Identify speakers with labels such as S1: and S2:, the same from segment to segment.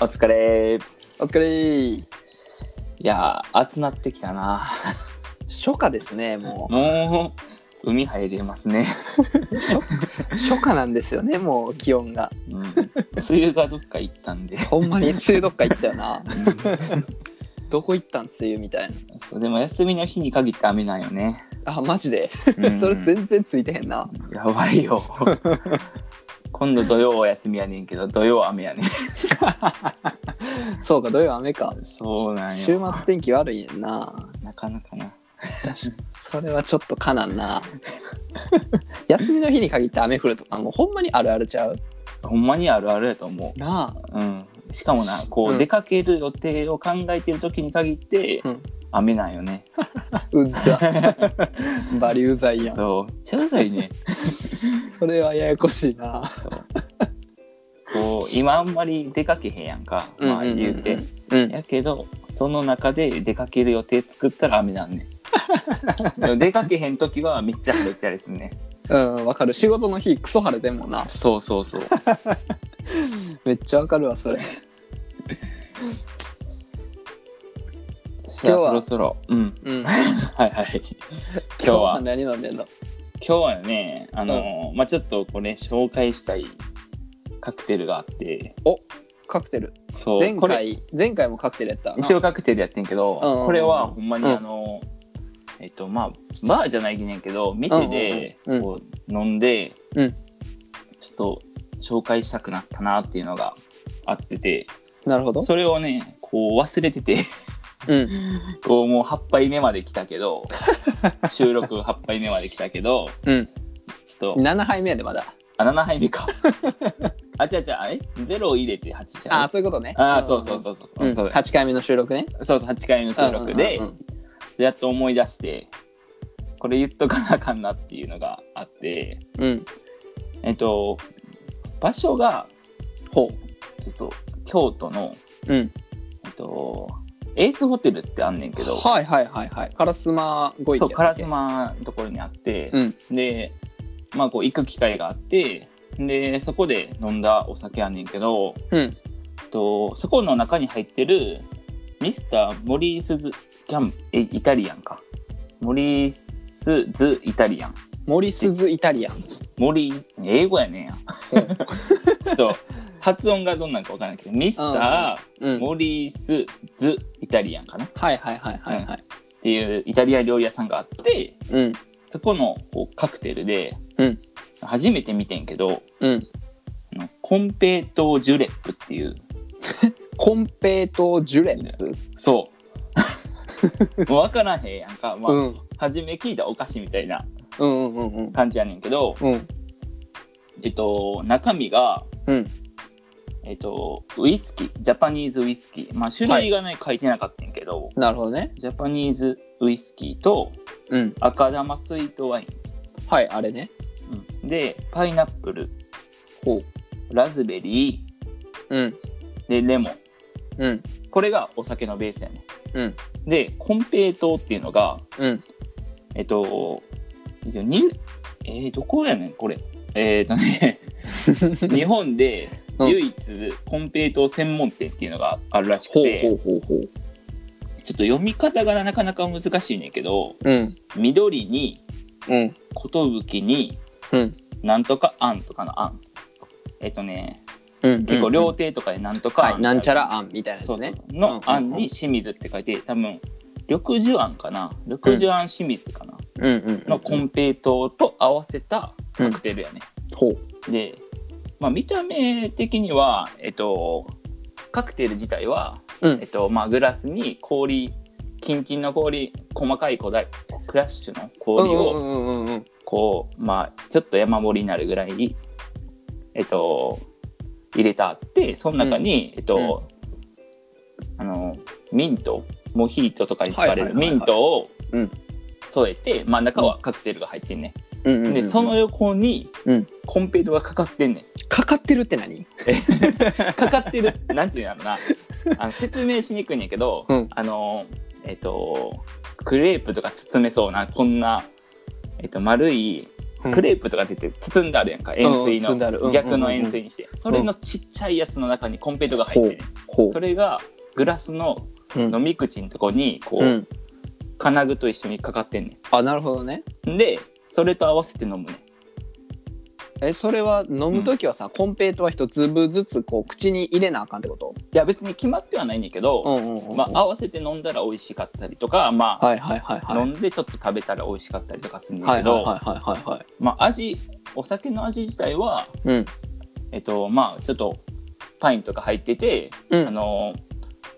S1: お疲れい
S2: お疲れ
S1: やー暑なってきたな
S2: 初夏ですねも
S1: もう海入れますね、
S2: う初夏なんですよねもう気温が
S1: うん、梅雨がどっか行ったんで
S2: ほんまに梅雨どっか行ったよなどこ行ったん梅雨みたいな
S1: そうでも休みの日に限って雨なんよね、
S2: あマジで、
S1: う ん
S2: それ全然ついてへんな
S1: やばいよ今度土曜お休みやねんけど土曜雨やねん
S2: そうか土曜雨か
S1: そうなん
S2: 週
S1: よ
S2: 末天気悪いねんな
S1: なかなかな
S2: それはちょっとかなんな休みの日に限って雨降るとかもうほんまにあるあるちゃう
S1: ほんまにあるあるやと思
S2: なあ
S1: う、うん、しかもなこ
S2: う
S1: うん出かける予定を考えてる時に限って、
S2: うん
S1: 雨なんよね
S2: うっざバリうざいやんそ
S1: そうちょうどいいね
S2: れはややこしいな
S1: そう。 こう今あんまり出かけへんやんか、まあ、
S2: うんうんうん
S1: 言うて。
S2: うん
S1: やけどその中で出かける予定作ったら雨なん ねでも出かけへん時はめっちゃ晴れてたりするね
S2: うんわかる仕事の日クソ晴れてんもんな
S1: そうそうそう
S2: めっちゃわかるわそれ
S1: じゃあそろそろうん
S2: うん
S1: はいはい
S2: 今
S1: 日
S2: 日
S1: は
S2: は何飲んでんの
S1: 今日はねあのー、まあちょっとこれ紹介したいカクテルがあって
S2: カクテル
S1: そう
S2: 前
S1: これ
S2: 回前回もカクテルやったな
S1: 一応カクテルやってんけ
S2: う
S1: ど、
S2: んうんうん
S1: これはほんまに
S2: うん
S1: あの、えっとまあバーじゃないねんけど店で
S2: うんうんうん
S1: こう飲んで、
S2: うん
S1: ちょっと紹介したくなったなっていうのがあってて
S2: なるほど
S1: それをねこう忘れてて
S2: うん
S1: こうもう8杯目まで来た けど収録8杯目まで来たけど
S2: うん
S1: ちょっと
S2: 7杯目やでまだ
S1: あ7杯目か あ違う違うあえゼロ入れて8じゃ
S2: あ
S1: ん
S2: あそういうことね
S1: あーそうそう
S2: う
S1: そうそう、
S2: んうん
S1: そううん
S2: 8回目の収録ね
S1: そうそう8回目の収録で、
S2: うんうんうん
S1: やっと思い出してこれ言っとかなあかんなっていうのがあって
S2: うん
S1: えっと場所が
S2: ほ
S1: ちょっと京都の、
S2: ううん
S1: えっと、エースホテルってあんねんけど、
S2: はいはいはいはいカラスマ5位
S1: そう烏丸のところにあって、
S2: うん
S1: でまあこう行く機会があってでそこで飲んだお酒やねんけど、
S2: うん
S1: えっと、そこの中に入ってるミスターモリースズキャンえイタリアンかモリースズイタリアン
S2: モリスズイタリアン
S1: 森英語やねんや
S2: うん
S1: ちょっと発音がどんなんかわからないけどミスタ
S2: う
S1: ー
S2: ん
S1: モリースズイタリアンかなっ
S2: はいはいはいはいはい
S1: ていうイタリア料理屋さんがあって
S2: うん
S1: そこのこうカクテルで、
S2: うん
S1: 初めて見てんけど
S2: うん
S1: あのコンペイトージュレップっていう
S2: コンペイトジュレップ
S1: そ うもう分からへんやんか、まあ
S2: うん
S1: 初め聞いたお菓子みたいな
S2: うんうんうん
S1: 感じやねんけど、
S2: うんうん
S1: えっと、中身が
S2: うん
S1: えっと、ウイスキー、ジャパニーズウイスキー。まあ、種類がね、書いてなかったんやけど、
S2: なるほどね
S1: ジャパニーズウイスキーと
S2: うん
S1: 赤玉スイートワイ
S2: はいあれね
S1: ン。で、パイナップル、
S2: ほう
S1: ラズベリ
S2: うん
S1: ー、で、レモン。
S2: うん
S1: これがお酒のベースやね。
S2: うん
S1: で、コンペイトーっていうのが、
S2: うん
S1: えっと、に、えー、どこやねん、これ。えっ、とね、日本で唯一コンペイトー専門店っていうのがあるらしく
S2: ほう
S1: て、
S2: ほうほうほう
S1: ちょっと読み方がなかなか難しいねんけど、
S2: うん
S1: 緑に
S2: うん
S1: 寿に
S2: うん
S1: なんとかあんとかのあんえっとね
S2: うん
S1: 結構料
S2: 手
S1: 亭とかでなんとかあ
S2: はい
S1: ん
S2: なんちゃらあんみたいなや
S1: そ
S2: つ
S1: うそう
S2: ね
S1: そう
S2: うんうん
S1: の
S2: うん
S1: あんに清水って書いて多分緑樹庵かな緑樹庵清水かな、
S2: うんうん
S1: のコンペイトーと合わせたカクテルやね、
S2: ほう
S1: で、まあ、見た目的にはえっとカクテル自体は、
S2: うん
S1: えっとまあ、グラスに氷キンキンの氷細かい小だいクラッシュの氷を
S2: うんうんうんうん
S1: こうまあちょっと山盛りになるぐらいにえっと入れたあってその中に、えっと、あのミントモヒートとかに使われ
S2: はい
S1: る
S2: はいはいは
S1: ミ
S2: い
S1: ントを
S2: うん
S1: 添えて、まあ、中はカクテルが入ってんね、
S2: うんうんうん
S1: でその横に
S2: うん
S1: コンペイトがかかってんね
S2: かかってるって何
S1: んかかってるなんていうんやろなあの説明しにくいんやけど、
S2: うん
S1: あのえっとクレープとか包めそうなこんな、えっと、丸い
S2: うん
S1: クレープとか出て包んであるやんか塩水
S2: 包んであるうんうんうんう
S1: の
S2: ん
S1: 逆の塩水にしてそれのちっちゃいやつの中にコンペイトが入ってね
S2: ほう
S1: それがグラスの
S2: うん
S1: 飲み口のとこにこ
S2: う
S1: うん金具と一緒にかかってんね
S2: あなるほどね
S1: んでそれと合わせて飲むね
S2: えそれは飲む時はさ、コンペイトは一粒ずつこう口に入れなあかんってこと
S1: いや別に決まってはないねんだけど、
S2: んうん
S1: まあ、合わせて飲んだら美味しかったりとか、まあ
S2: はいはいはいはい
S1: 飲んでちょっと食べたら美味しかったりとかするんだ
S2: はい
S1: け
S2: はい
S1: ど、
S2: はいはいはい
S1: まあ味お酒の味自体は
S2: うん
S1: えっとまあちょっとパインとか入ってて、
S2: うん
S1: あの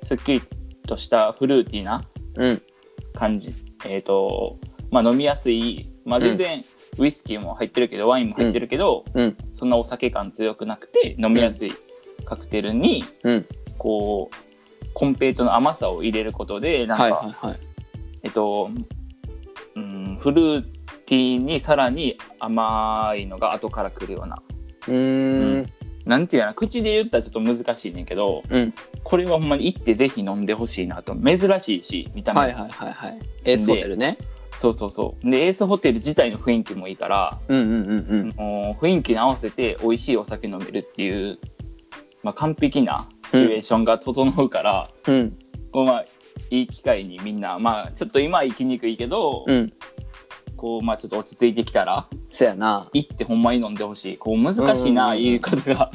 S1: すっきりとしたフルーティーな
S2: うん
S1: 感じえっとまあ飲みやすい、まあ、全然ウイスキーも入ってるけどワインも入ってるけど、
S2: うん
S1: そんなお酒感強くなくて飲みやすいカクテルに、
S2: うん
S1: こうコンペイトの甘さを入れることでなんか、
S2: はいはいはい
S1: えっと、うん、フルーティーにさらに甘いのが後から来るような。
S2: うーん
S1: なんていうかな口で言ったらちょっと難しいねんけど
S2: うん
S1: これはほんまに行ってぜひ飲んでほしいなと珍しいし見た目、
S2: はいはいはいはいエースホテルね
S1: そうそうそうでエースホテル自体の雰囲気もいいから、
S2: うんうんうんうん
S1: その雰囲気に合わせて美味しいお酒飲めるっていう、まあ、完璧なシチュエーションが整うから、
S2: うん
S1: こうまあ、いい機会にみんなまあちょっと今は行きにくいけど、
S2: うん
S1: こうまあちょっと落ち着いてきたら
S2: そやな
S1: 行ってほんまに飲んでほしいこう難しい
S2: うんうんう
S1: なん言い 方が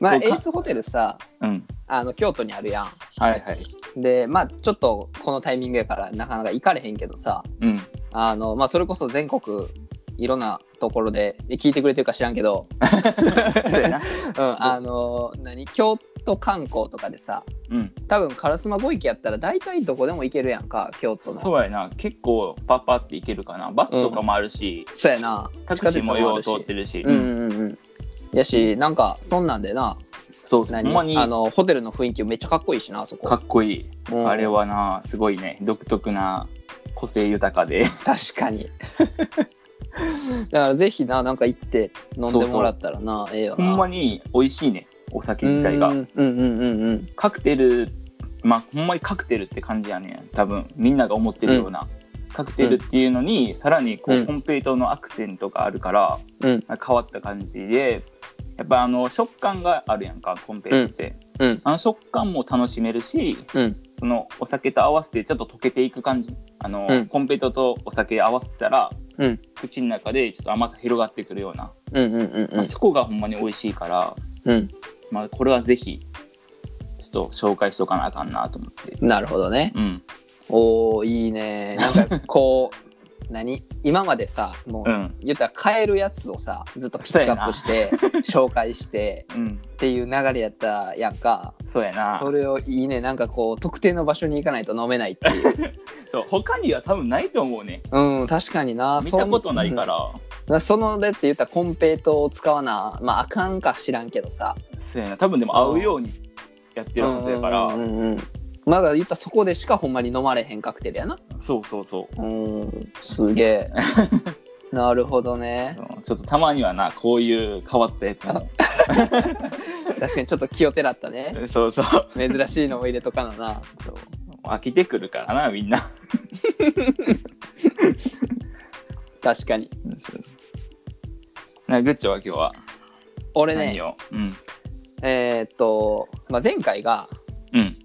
S2: まあエ
S1: こうか
S2: ースホテルさ
S1: うん
S2: あの京都にあるや
S1: はいはい
S2: んでまあちょっとこのタイミングやからなかなか行かれへんけどさ
S1: うん
S2: あのまあそれこそ全国いろんなところでえ聞いてくれてるか知らんけど、
S1: そう やな
S2: うん、あの何京都観光とかでさ
S1: うん
S2: 多分烏丸五駅やったら大体どこでも行けるやんか京都の
S1: そうやな結構パッパっていけるかなバスとかもあるし、
S2: そうやな
S1: タクシーもよう通って
S2: る
S1: るし、
S2: うん
S1: うん
S2: うんうんやしなんかそんなんでな
S1: そうそうほ
S2: 何
S1: んまに
S2: あのホテルの雰囲気めっちゃかっこいいしなあそこ
S1: かっこいい、
S2: うん
S1: あれはなすごいね独特な個性豊かで
S2: 確かにだからぜひななんか行って飲んでもらったらなええよ
S1: ほ
S2: なん
S1: まに美味しいねお酒自体が
S2: うんうんうんうんうん
S1: カクテルまあほんまにカクテルって感じやねん多分みんなが思ってるような、カクテルっていうのにさらにこう、
S2: うん
S1: コンペイトのアクセントがあるから
S2: うん
S1: 変わった感じでやっぱあの食感があるやんかコンペイトって、
S2: うんうん
S1: あの食感も楽しめるし
S2: うん
S1: そのお酒と合わせてちょっと溶けていく感じあの、
S2: うん
S1: コンペイトとお酒合わせたら
S2: うん
S1: 口の中でちょっと甘さ広がってくるような、
S2: うんうんうん
S1: まあ、そこがほんまに美味しいから、
S2: うん
S1: まあ、これはぜひちょっと紹介しとかなあかんなと思って
S2: なるほどね
S1: うん
S2: おおいいねなんかこう 何今までさもう、
S1: うん
S2: 言ったら買えるやつをさずっとピックアップして 紹介して
S1: うん
S2: っていう流れやったやんか
S1: そうやな
S2: それをいいねなんかこう特定の場所に行かないと飲めないっていう
S1: そう他には多分ないと思うね
S2: うん確かにな
S1: 見
S2: そ
S1: た
S2: ん
S1: ことないから、
S2: うんそのだって言ったらコンペイトを使わなまああかんか知らんけどさ
S1: そうやな多分でも合うようにやってるはずやから、
S2: うんうんうんうんまだ言ったらそこでしかほんまに飲まれへんカクテルやな
S1: そうそうそう
S2: うんす げえなるほどね
S1: うんちょっとたまにはなこういう変わったやつ も
S2: 確かにちょっと気をてらったね
S1: そうそうそう
S2: 珍しいのも入れとかなな
S1: 飽きてくるからなみんな
S2: 確かに
S1: なグッチョは今日は
S2: 俺
S1: 何
S2: ね
S1: を、うん
S2: えーっと、まあ、前回が、
S1: うん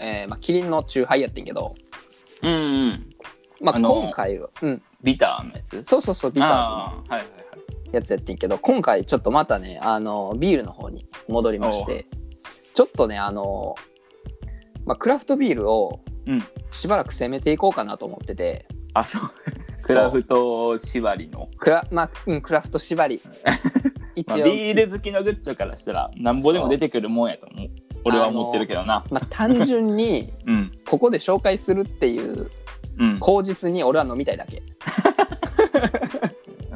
S2: えーまあ、キリンのチューハイやってんけど、
S1: うんうん
S2: まあ、
S1: あの
S2: 今回は、うん、
S1: ビターのやつ
S2: そうそうそうビターズ
S1: ああはいはいはい
S2: のやつやってんけど今回ちょっとまたねあのビールの方に戻りましてちょっとねあの、まあ、クラフトビールを
S1: うん
S2: しばらく攻めていこうかなと思ってて、
S1: あそう
S2: そう
S1: クラフト縛りの、
S2: クラ,、まあうん、クラフト縛 り一
S1: まあ、
S2: 応、
S1: ビール好きのグッチョからしたらなんぼでも出てくるもんやと思う俺は思ってるけどな
S2: まあ、単純に
S1: うん
S2: ここで紹介するっていう
S1: うん、
S2: 口実に俺は飲みたいだけ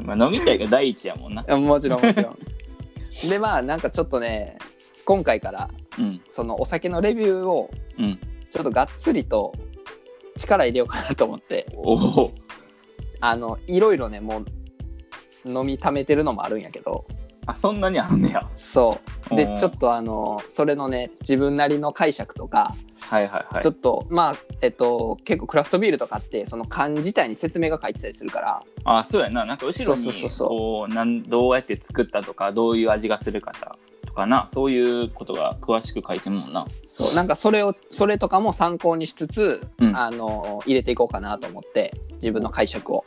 S1: まあ、飲みたいが第一やもんな
S2: もちろんもちろん でまあなんかちょっとね今回から
S1: うん
S2: そのお酒のレビューを
S1: うん
S2: ちょっとがっつりと力入れようかなと思って
S1: おお
S2: あのいろいろねもう飲み溜めてるのもあるんやけど
S1: あそんなにあんねや
S2: そうで
S1: おー
S2: ちょっとあのそれのね自分なりの解釈とか
S1: はいはいはい
S2: ちょっとまあえっと結構クラフトビールとかってその缶自体に説明が書いてたりするから
S1: あそうやななんか後ろに
S2: そうそうそうそう
S1: こうなんどうやって作ったとかどういう味がするかとかなそういうことが詳しく書いてるもんな
S2: そうなんかそれをそれとかも参考にしつつ、
S1: うん
S2: あの入れていこうかなと思って自分の解釈を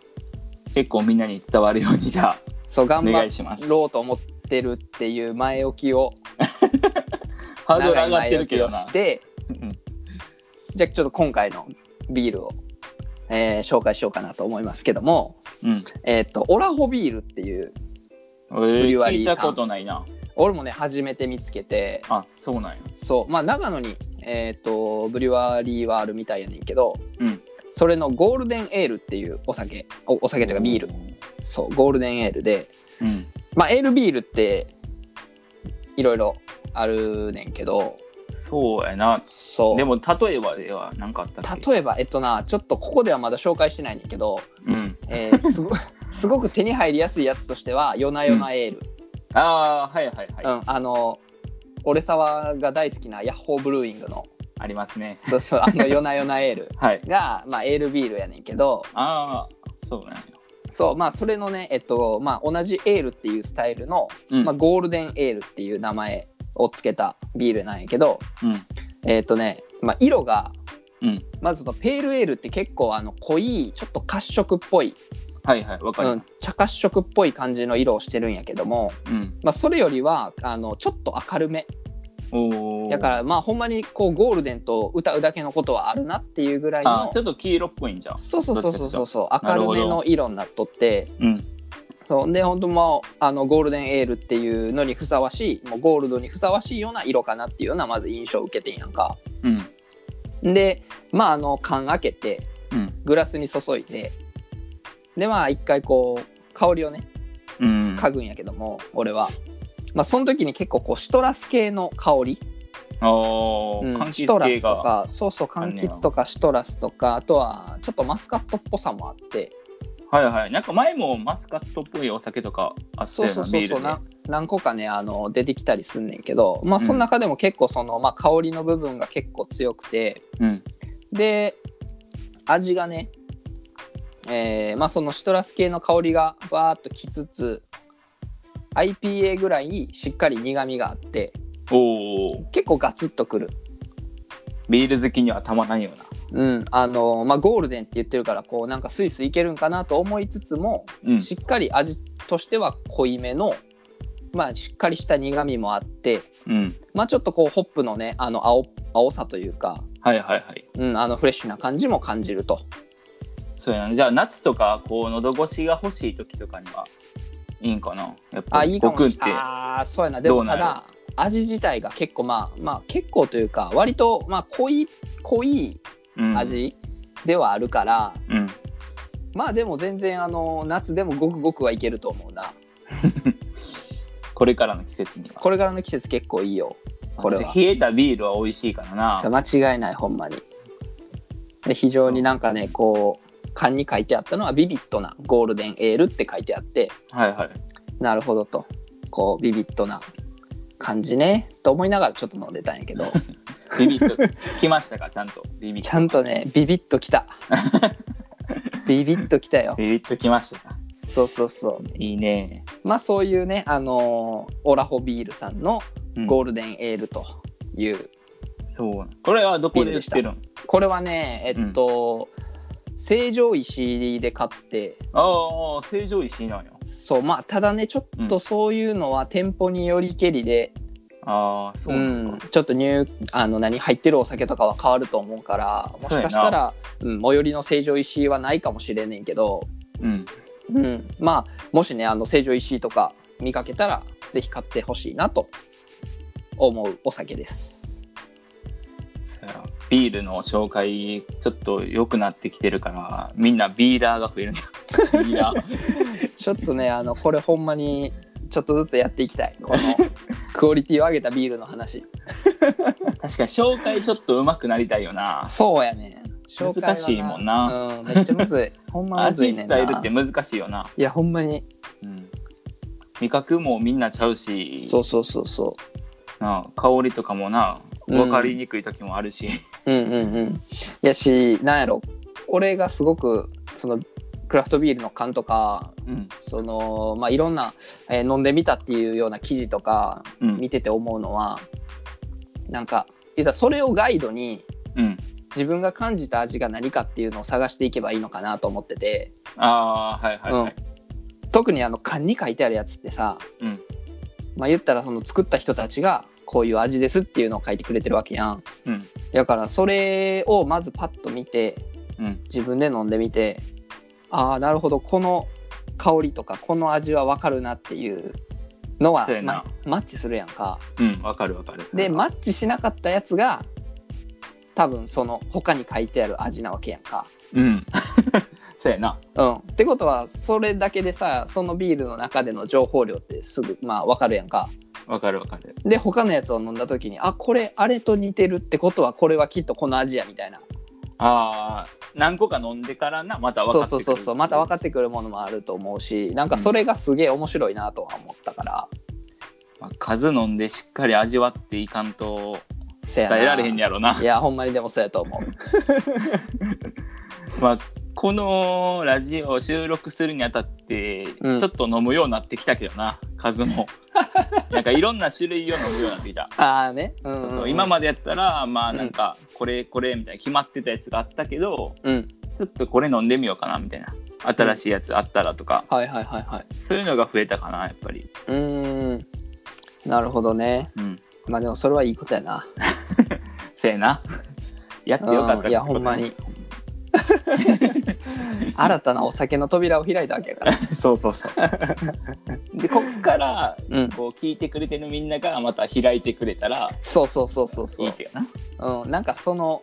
S1: 結構みんなに伝わるようにじゃあ
S2: そう
S1: お
S2: 頑
S1: 願
S2: 張
S1: いします
S2: ろうと思ってるっていう前置きを
S1: ハードル上がって
S2: 長
S1: る
S2: い
S1: け
S2: 前
S1: ど
S2: 置きを
S1: な
S2: して
S1: うん
S2: じゃあちょっと今回のビールを、えー紹介しようかなと思いますけども、
S1: うん
S2: えっとオラホビールっていう
S1: えー
S2: ブリュワ
S1: 聞
S2: リ
S1: い
S2: ーさん
S1: たことないな
S2: 俺もね初めて見つけて
S1: あそうなんや
S2: そうまあ長野に、えっとブリュワリーはあるみたいやねんけど
S1: うん
S2: それのゴールデンエールっていうお酒おお酒というかビールそうゴールデンエールで
S1: うん
S2: まあエールビールっていろいろあるねんけど
S1: そうやな
S2: そう
S1: でも例えばでは何かあったっけ
S2: 例えばえっとなちょっとここではまだ紹介してないねんけど、
S1: うん
S2: えーすごすごく手に入りやすいやつとしては「夜な夜なエール」
S1: ああはいはいはい、
S2: うんあの俺沢が大好きなヤッホーブルーイングの
S1: ありますね
S2: そうそう あの「夜な夜なエール
S1: はい」
S2: が、まあ、エールビールやねんけど
S1: ああそうなんや
S2: そうまあそれのねえっとまあ同じエールっていうスタイルの、
S1: うん、
S2: まあ、ゴールデンエールっていう名前をつけたビールなんやけど
S1: うん
S2: えっとね、まあ、色が
S1: うん
S2: まずそのペールエールって結構あの濃いちょっと褐色っぽい
S1: はいはいわか
S2: う
S1: り
S2: ん
S1: ます、
S2: 茶褐色っぽい感じの色をしてるんやけども、
S1: うん
S2: まあ、それよりはあのちょっと明るめ
S1: おお
S2: だからまあほんまにこうゴールデンと歌うだけのことはあるなっていうぐらいの
S1: あーちょっと黄色っぽいんじゃん
S2: そうそうそうそうそうそう
S1: な
S2: 明
S1: る
S2: る
S1: ほど
S2: めの色になっとって
S1: うん
S2: そうで本当まああのゴールデンエールっていうのにふさわしいもうゴールドにふさわしいような色かなっていうようなまず印象を受けてんやんか
S1: うん
S2: でまああの缶開けて
S1: うん
S2: グラスに注いででまあ一回こう香りをね
S1: うん
S2: 嗅ぐんやけども俺は、まあ、その時に結構こうシトラス系の香り、
S1: おお、
S2: うん
S1: 柑
S2: シ
S1: 橘
S2: トラ
S1: 系
S2: スと
S1: が
S2: かそうそう柑橘とかシトラスとかあとはちょっとマスカットっぽさもあって
S1: はいはいなんか前もマスカットっぽいお酒とかあった
S2: そう
S1: よう
S2: そ
S1: な
S2: うそう
S1: ビー
S2: そう
S1: ルで
S2: な何個かねあの出てきたりすんねんけど、まあ、
S1: うん
S2: その中でも結構その、まあ、香りの部分が結構強くて
S1: うん
S2: で味がねえーまあ、そのシトラス系の香りがわーっときつつ IPA ぐらいにしっかり苦みがあって
S1: おお
S2: 結構ガツッとくる
S1: ビール好きにはたまらんよ
S2: うん、あのまあゴールデンって言ってるからこうなんかスイスいけるんかなと思いつつも、
S1: うなうん
S2: しっかり味としては濃いめの、まあ、しっかりした苦みもあって、
S1: うん
S2: まあ、ちょっとこうホップのねあの青青さというか、
S1: はいはいはい
S2: うん、あのフレッシュな感じも感じると
S1: そうやなじゃあ夏とかこう喉越しが欲しい時とかにはいいんかなやっぱ
S2: あいいかもし
S1: ゴ
S2: れ
S1: クって
S2: ないあーそうやなでも
S1: どうな
S2: た
S1: る
S2: だ味自体が結構まあまあ結構というか割とまあ濃い濃い
S1: うん
S2: 味ではあるから、
S1: うん
S2: まあでも全然あの夏でもごくごくはいけると思うな
S1: これからの季節には
S2: これからの季節結構いいよこれは
S1: 冷えたビールは美味しいからな
S2: さ間違いないほんまにで非常になんかねこう缶に書いてあったのはビビッドなゴールデンエールって書いてあって
S1: はいはい
S2: なるほどとこうビビッドな感じねと思いながらちょっと飲んでたんやけ ど
S1: ビビッ と来ましたかちゃんとビビッ
S2: ちゃんとねビビッとき たビビッときたよ
S1: ビビッと来ましたか
S2: そうそうそう
S1: いいね
S2: まあそういうねあのーオラホビールさんの
S1: うん
S2: ゴールデンエールという、
S1: そうこれはどこで売ってるん
S2: これはねえっと、成城石井で買って
S1: ああ成城石井なんや
S2: そうまあただねちょっ
S1: う
S2: と
S1: ん
S2: そういうのは店舗によりけりで、
S1: ああそううなん
S2: ん
S1: か、
S2: ちょっと入あの何入ってるお酒とかは変わると思うからもしかし
S1: そう
S2: た
S1: や
S2: らう、ん、最寄りの成城石井はないかもしれねえけど、
S1: うん
S2: うん、まあもしねあの成城石井とか見かけたらぜひ買ってほしいなと思うお酒です。
S1: そうやビールの紹介ちょっと良くなってきてるからみんなビーラーが増える んだビーラー
S2: ちょっとねあのこれほんまにちょっとずつやっていきたいこのクオリティを上げたビールの話
S1: 確かに紹介ちょっと上手くなりたいよな
S2: そうやね紹介は
S1: 難しいもんな
S2: うん、めっちゃむず いほんまむずい
S1: 味
S2: ね
S1: ス
S2: んな
S1: タイルって難しいよない
S2: やほんまに
S1: うん味覚もみんなちゃうし
S2: そうそうそうそ
S1: なあ香りとかもな
S2: うん
S1: 分かりにくい時もあるし、
S2: うんうんうんやしなんやろ俺がすごくそのクラフトビールの缶とか
S1: うん
S2: そのまあいろんな、えー飲んでみたっていうような記事とか
S1: うん
S2: 見てて思うのはなんか言うたらそれをガイドに
S1: うん、
S2: 自分が感じた味が何かっていうのを探していけばいいのかなと思ってて
S1: ああはいはいはい、
S2: 特にあの缶に書いてあるやつってさ、
S1: うん
S2: まあ言ったらその作った人たちがこういう味ですっていうのを書いてくれてるわけやん。
S1: うん
S2: だからそれをまずパッと見て
S1: うん
S2: 自分で飲んでみてああなるほどこの香りとかこの味はわかるなっていうのは
S1: そうやな
S2: まマッチするやんか。
S1: うんわかるわかるそれ
S2: で
S1: は
S2: マッチしなかったやつが多分その他に書いてある味なわけやんか。
S1: うん そうやな
S2: うん、ってことはそれだけでさそのビールの中での情報量ってすぐまあわかるやんか。
S1: わかるわかる
S2: で他のやつを飲んだ時にあこれあれと似てるってことはこれはきっとこの味やみたいな
S1: ああ何個か飲んでからなまた分かって
S2: そう
S1: くる
S2: そうそうそうまた分かってくるものもあると思うしなんかそれがすげえ面白いなとは思ったから、
S1: まあ数飲んでしっかり味わっていかんと
S2: せやな
S1: 伝えられへんやろない
S2: やほんまにでもそうやと 思う
S1: まあこのラジオを収録するにあたってち
S2: うん
S1: ょっと飲むようになってきたけどな、数もなんかいろんな種類を飲むようになってきた
S2: ああねうんうんう
S1: そ
S2: ん、
S1: うそう今までやったらまあなんかこれこれみたいな決まってたやつがあったけど
S2: うん
S1: ちょっとこれ飲んでみようかなみたいな新しいやつあったらとか、
S2: はいはいはいはい
S1: そういうのが増えたかなやっぱり、
S2: うーんなるほどね
S1: うん、
S2: まあでもそれはいいことやな
S1: せやな やってよかった
S2: うんいやほんま に新たなお酒の扉を開いたわけやから
S1: そうそうそう。でこっから
S2: うん
S1: こう聞いてくれてるみんながまた開いてくれたら
S2: そうそうそうそう
S1: い
S2: そ
S1: いうっていうな。
S2: うん、なんかその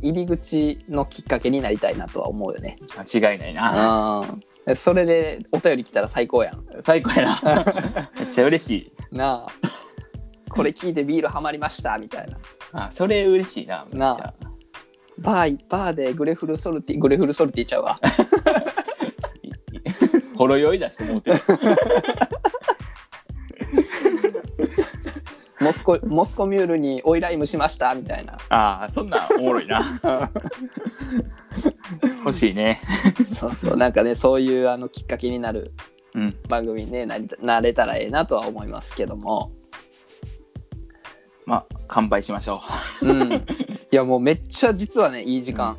S2: 入り口のきっかけになりたいなとは思うよね。
S1: 間違いないな。
S2: うん、それでお便り来たら最高やん。
S1: 最高や な。めっちゃ嬉しい。
S2: なあ。これ聞いてビールハマりましたみたいな。
S1: あそれ嬉しいな。めっち
S2: な
S1: ゃ
S2: バーバーでグレフルソルティグレフルソルティちゃうわ。
S1: ほろ酔いだし思 ってるし。
S2: モスコモスコミュールにオイライムしましたみたいな。
S1: ああそんなんおもろい な。欲しいね。
S2: そうそうなんかねそういうあのきっかけになる
S1: うん。
S2: 番組にねなりたなれたらええなとは思いますけども。
S1: まあ乾杯しましょ
S2: うん。いやもうめっちゃ実はねいい時間。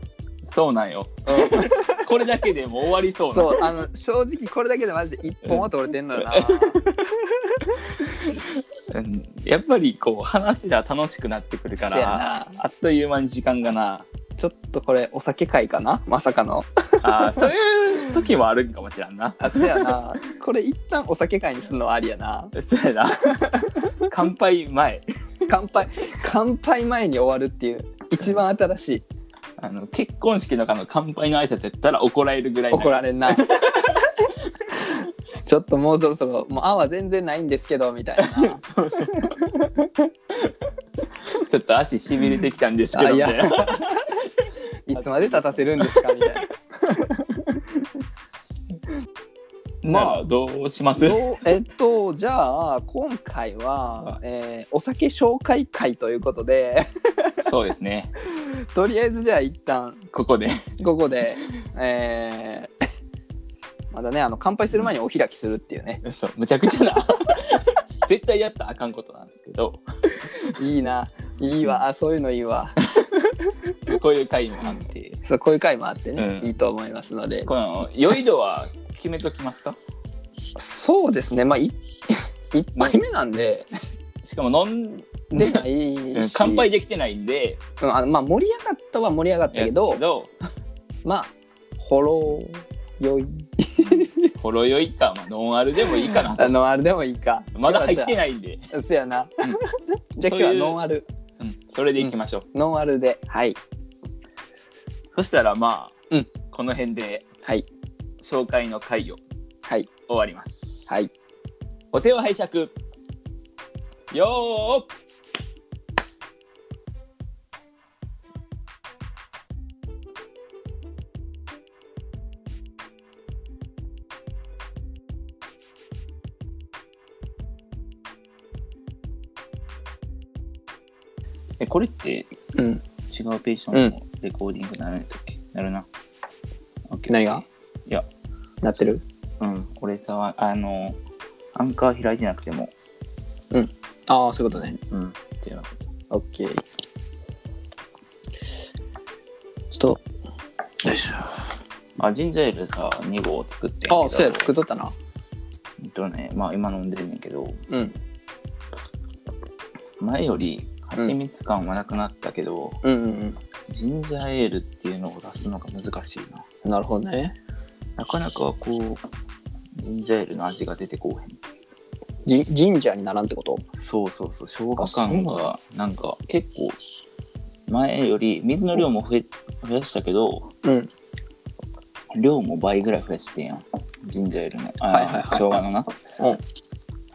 S1: う。そうなんよ。 これだけでもう終わりそうな。
S2: そうあの正直これだけでマジで一本は取れてんのよな。
S1: うんやっぱりこう話が楽しくなってくるか
S2: せや
S1: ら
S2: な
S1: あっという間に時間がな。
S2: ちょっとこれお酒会かなまさかの。
S1: ああそういう時もあるんかもしれんな。
S2: あ、そうやな。これ一旦お酒会にするのはありやな。
S1: そうやな。 乾杯前。
S2: 乾杯、乾杯前に終わるっていう、一番新しい。
S1: あの結婚式のあの乾杯の挨拶やったら怒られるぐらい
S2: 怒ら
S1: れ
S2: れんな。ちょっともうそろそろ、もうあは全然ないんですけど、みたいな。
S1: ちょっと足しびれてきたんですけど
S2: あい
S1: み
S2: や
S1: たい な。
S2: いつまで立たせるんですかみたいな。
S1: まあどうします
S2: どうえっと、じゃあ、今回は、えーお酒紹介会ということで、
S1: そうですね。
S2: とりあえずじゃあ一旦、
S1: ここで。
S2: 午後で、えーまだねあの乾杯する前にお開きするっていうね
S1: そうむちゃくちゃな。 絶対やったらあかんことなんですけど
S2: いいないいわあそういうのいいわ
S1: こういう会もあって
S2: そうこういう回もあってね、
S1: うん
S2: いいと思いますので
S1: この酔い度は決めときますか
S2: そうですねまあい 一杯目なん で
S1: しかも飲ん
S2: 出ないし
S1: 乾杯、できてないんで
S2: うん、あのまあ盛り上がったは盛り上がったけど
S1: やど
S2: まあほろ酔い
S1: ほろ酔いか、まあ、ノンアルでもいいかな
S2: あのあれでもいいか
S1: まだ入って
S2: い
S1: ないんで、
S2: そうやな、じゃあ今日はノンアル
S1: うん、それでいきましょう、
S2: ノンアルではい
S1: そしたらまあ、
S2: うん
S1: この辺で
S2: はい
S1: 紹介の回を
S2: はい
S1: 終わります
S2: はい
S1: お手を拝借よーっえ、これって
S2: うん。
S1: 違うページのレコーディングならないとっけ、なるな。オッケー
S2: 何が
S1: いや、
S2: なってる
S1: うん。俺さ、あの、アンカー開いてなくても、
S2: ああ、そういうことね。
S1: うん。っていうの
S2: OK。ちょっ
S1: あ、ジンジャーエールさ、2号作ってんけ
S2: と、
S1: ど
S2: ああ、そうや、作っとったな。
S1: えっとね、まあ今飲んでんねんけど、
S2: うん。
S1: 前より蜂蜜感はなくなったけど、
S2: うんうん
S1: ジンジャーエールっていうのを出すのが難しいな。
S2: うん。なるほどね。
S1: なかなかこう、ジンジャーエールの味が出てこうへん。
S2: じ神社にならんってこと
S1: そうそうそう、生
S2: あ
S1: 姜
S2: そう
S1: 感がなんか結構、前より水の量も増え増やしたけど、
S2: うん。
S1: 量も倍ぐらい増やしてんやん。ジンジャーエールの。あー、
S2: はいはいはい
S1: 生姜のな。
S2: うん。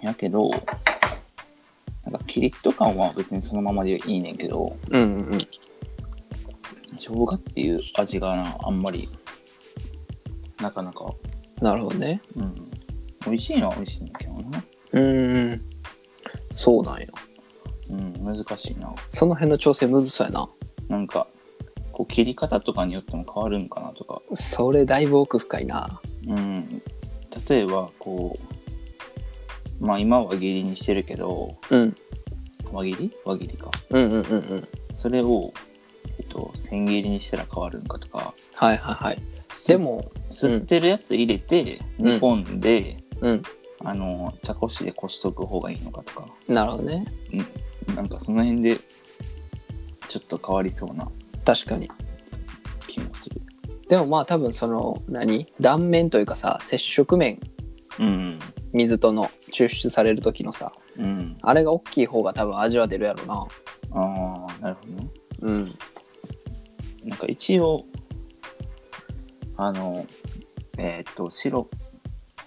S1: やけど、なんかキリッと感は別にそのままでいいねんけど、
S2: うんうんうん。
S1: 生姜っていう味がなあんまりなかなか、
S2: なるほどね。
S1: うん、美味しいのは美味しいんだけどな、
S2: うーん。そうなんや。
S1: うん、難しいな
S2: その辺の調整むずそうやな。
S1: なんかこう切り方とかによっても変わるんかなとか、
S2: それだいぶ奥深いな。
S1: うん、例えばこうまあ今は輪切りにしてるけど
S2: うん。
S1: 輪切り輪切りか
S2: うんうんうんうん。
S1: それをえっと千切りにしたら変わるんかとか
S2: はいはいはい。
S1: す
S2: でも、
S1: 吸ってるやつ入れて
S2: うん
S1: 煮込んで、
S2: うん。
S1: あの茶こしでこしとく方がいいのかとか
S2: なるほどね。
S1: なんかその辺でちょっと変わりそうな
S2: 確かに。
S1: 気もする。
S2: でもまあ多分その、何断面というかさ、接触面、
S1: うん。
S2: 水との抽出される時のさ、
S1: うん。
S2: あれが大きい方が多分味は出るやろうな。
S1: ああ、なるほどね。
S2: うん。
S1: なんか一応、あの、えーっと、白、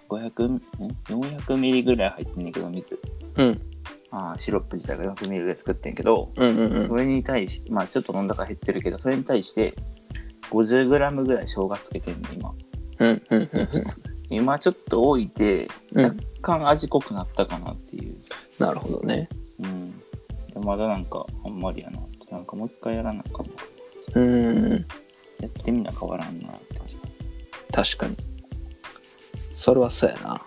S1: 500ん、400ミリぐらい入ってんねんけど、水。
S2: うん。
S1: ああ、シロップ自体が400ミリぐらい作ってんけど、
S2: うんうんう
S1: そ
S2: ん。
S1: れに対して、まあちょっと飲んだから減ってるけど、それに対して、50グラムぐらい生姜つけてんねん、今。
S2: うんうんうんうん。
S1: 今ちょっと置いて、
S2: うん
S1: 若干味濃くなったかなっていう。
S2: なるほどね。
S1: うん。でまだなんか、あんまりやなって。なんかもう一回やらなあかんな
S2: うん。
S1: やってみな変わらんなって感じ。
S2: 確かに。それはそうやな。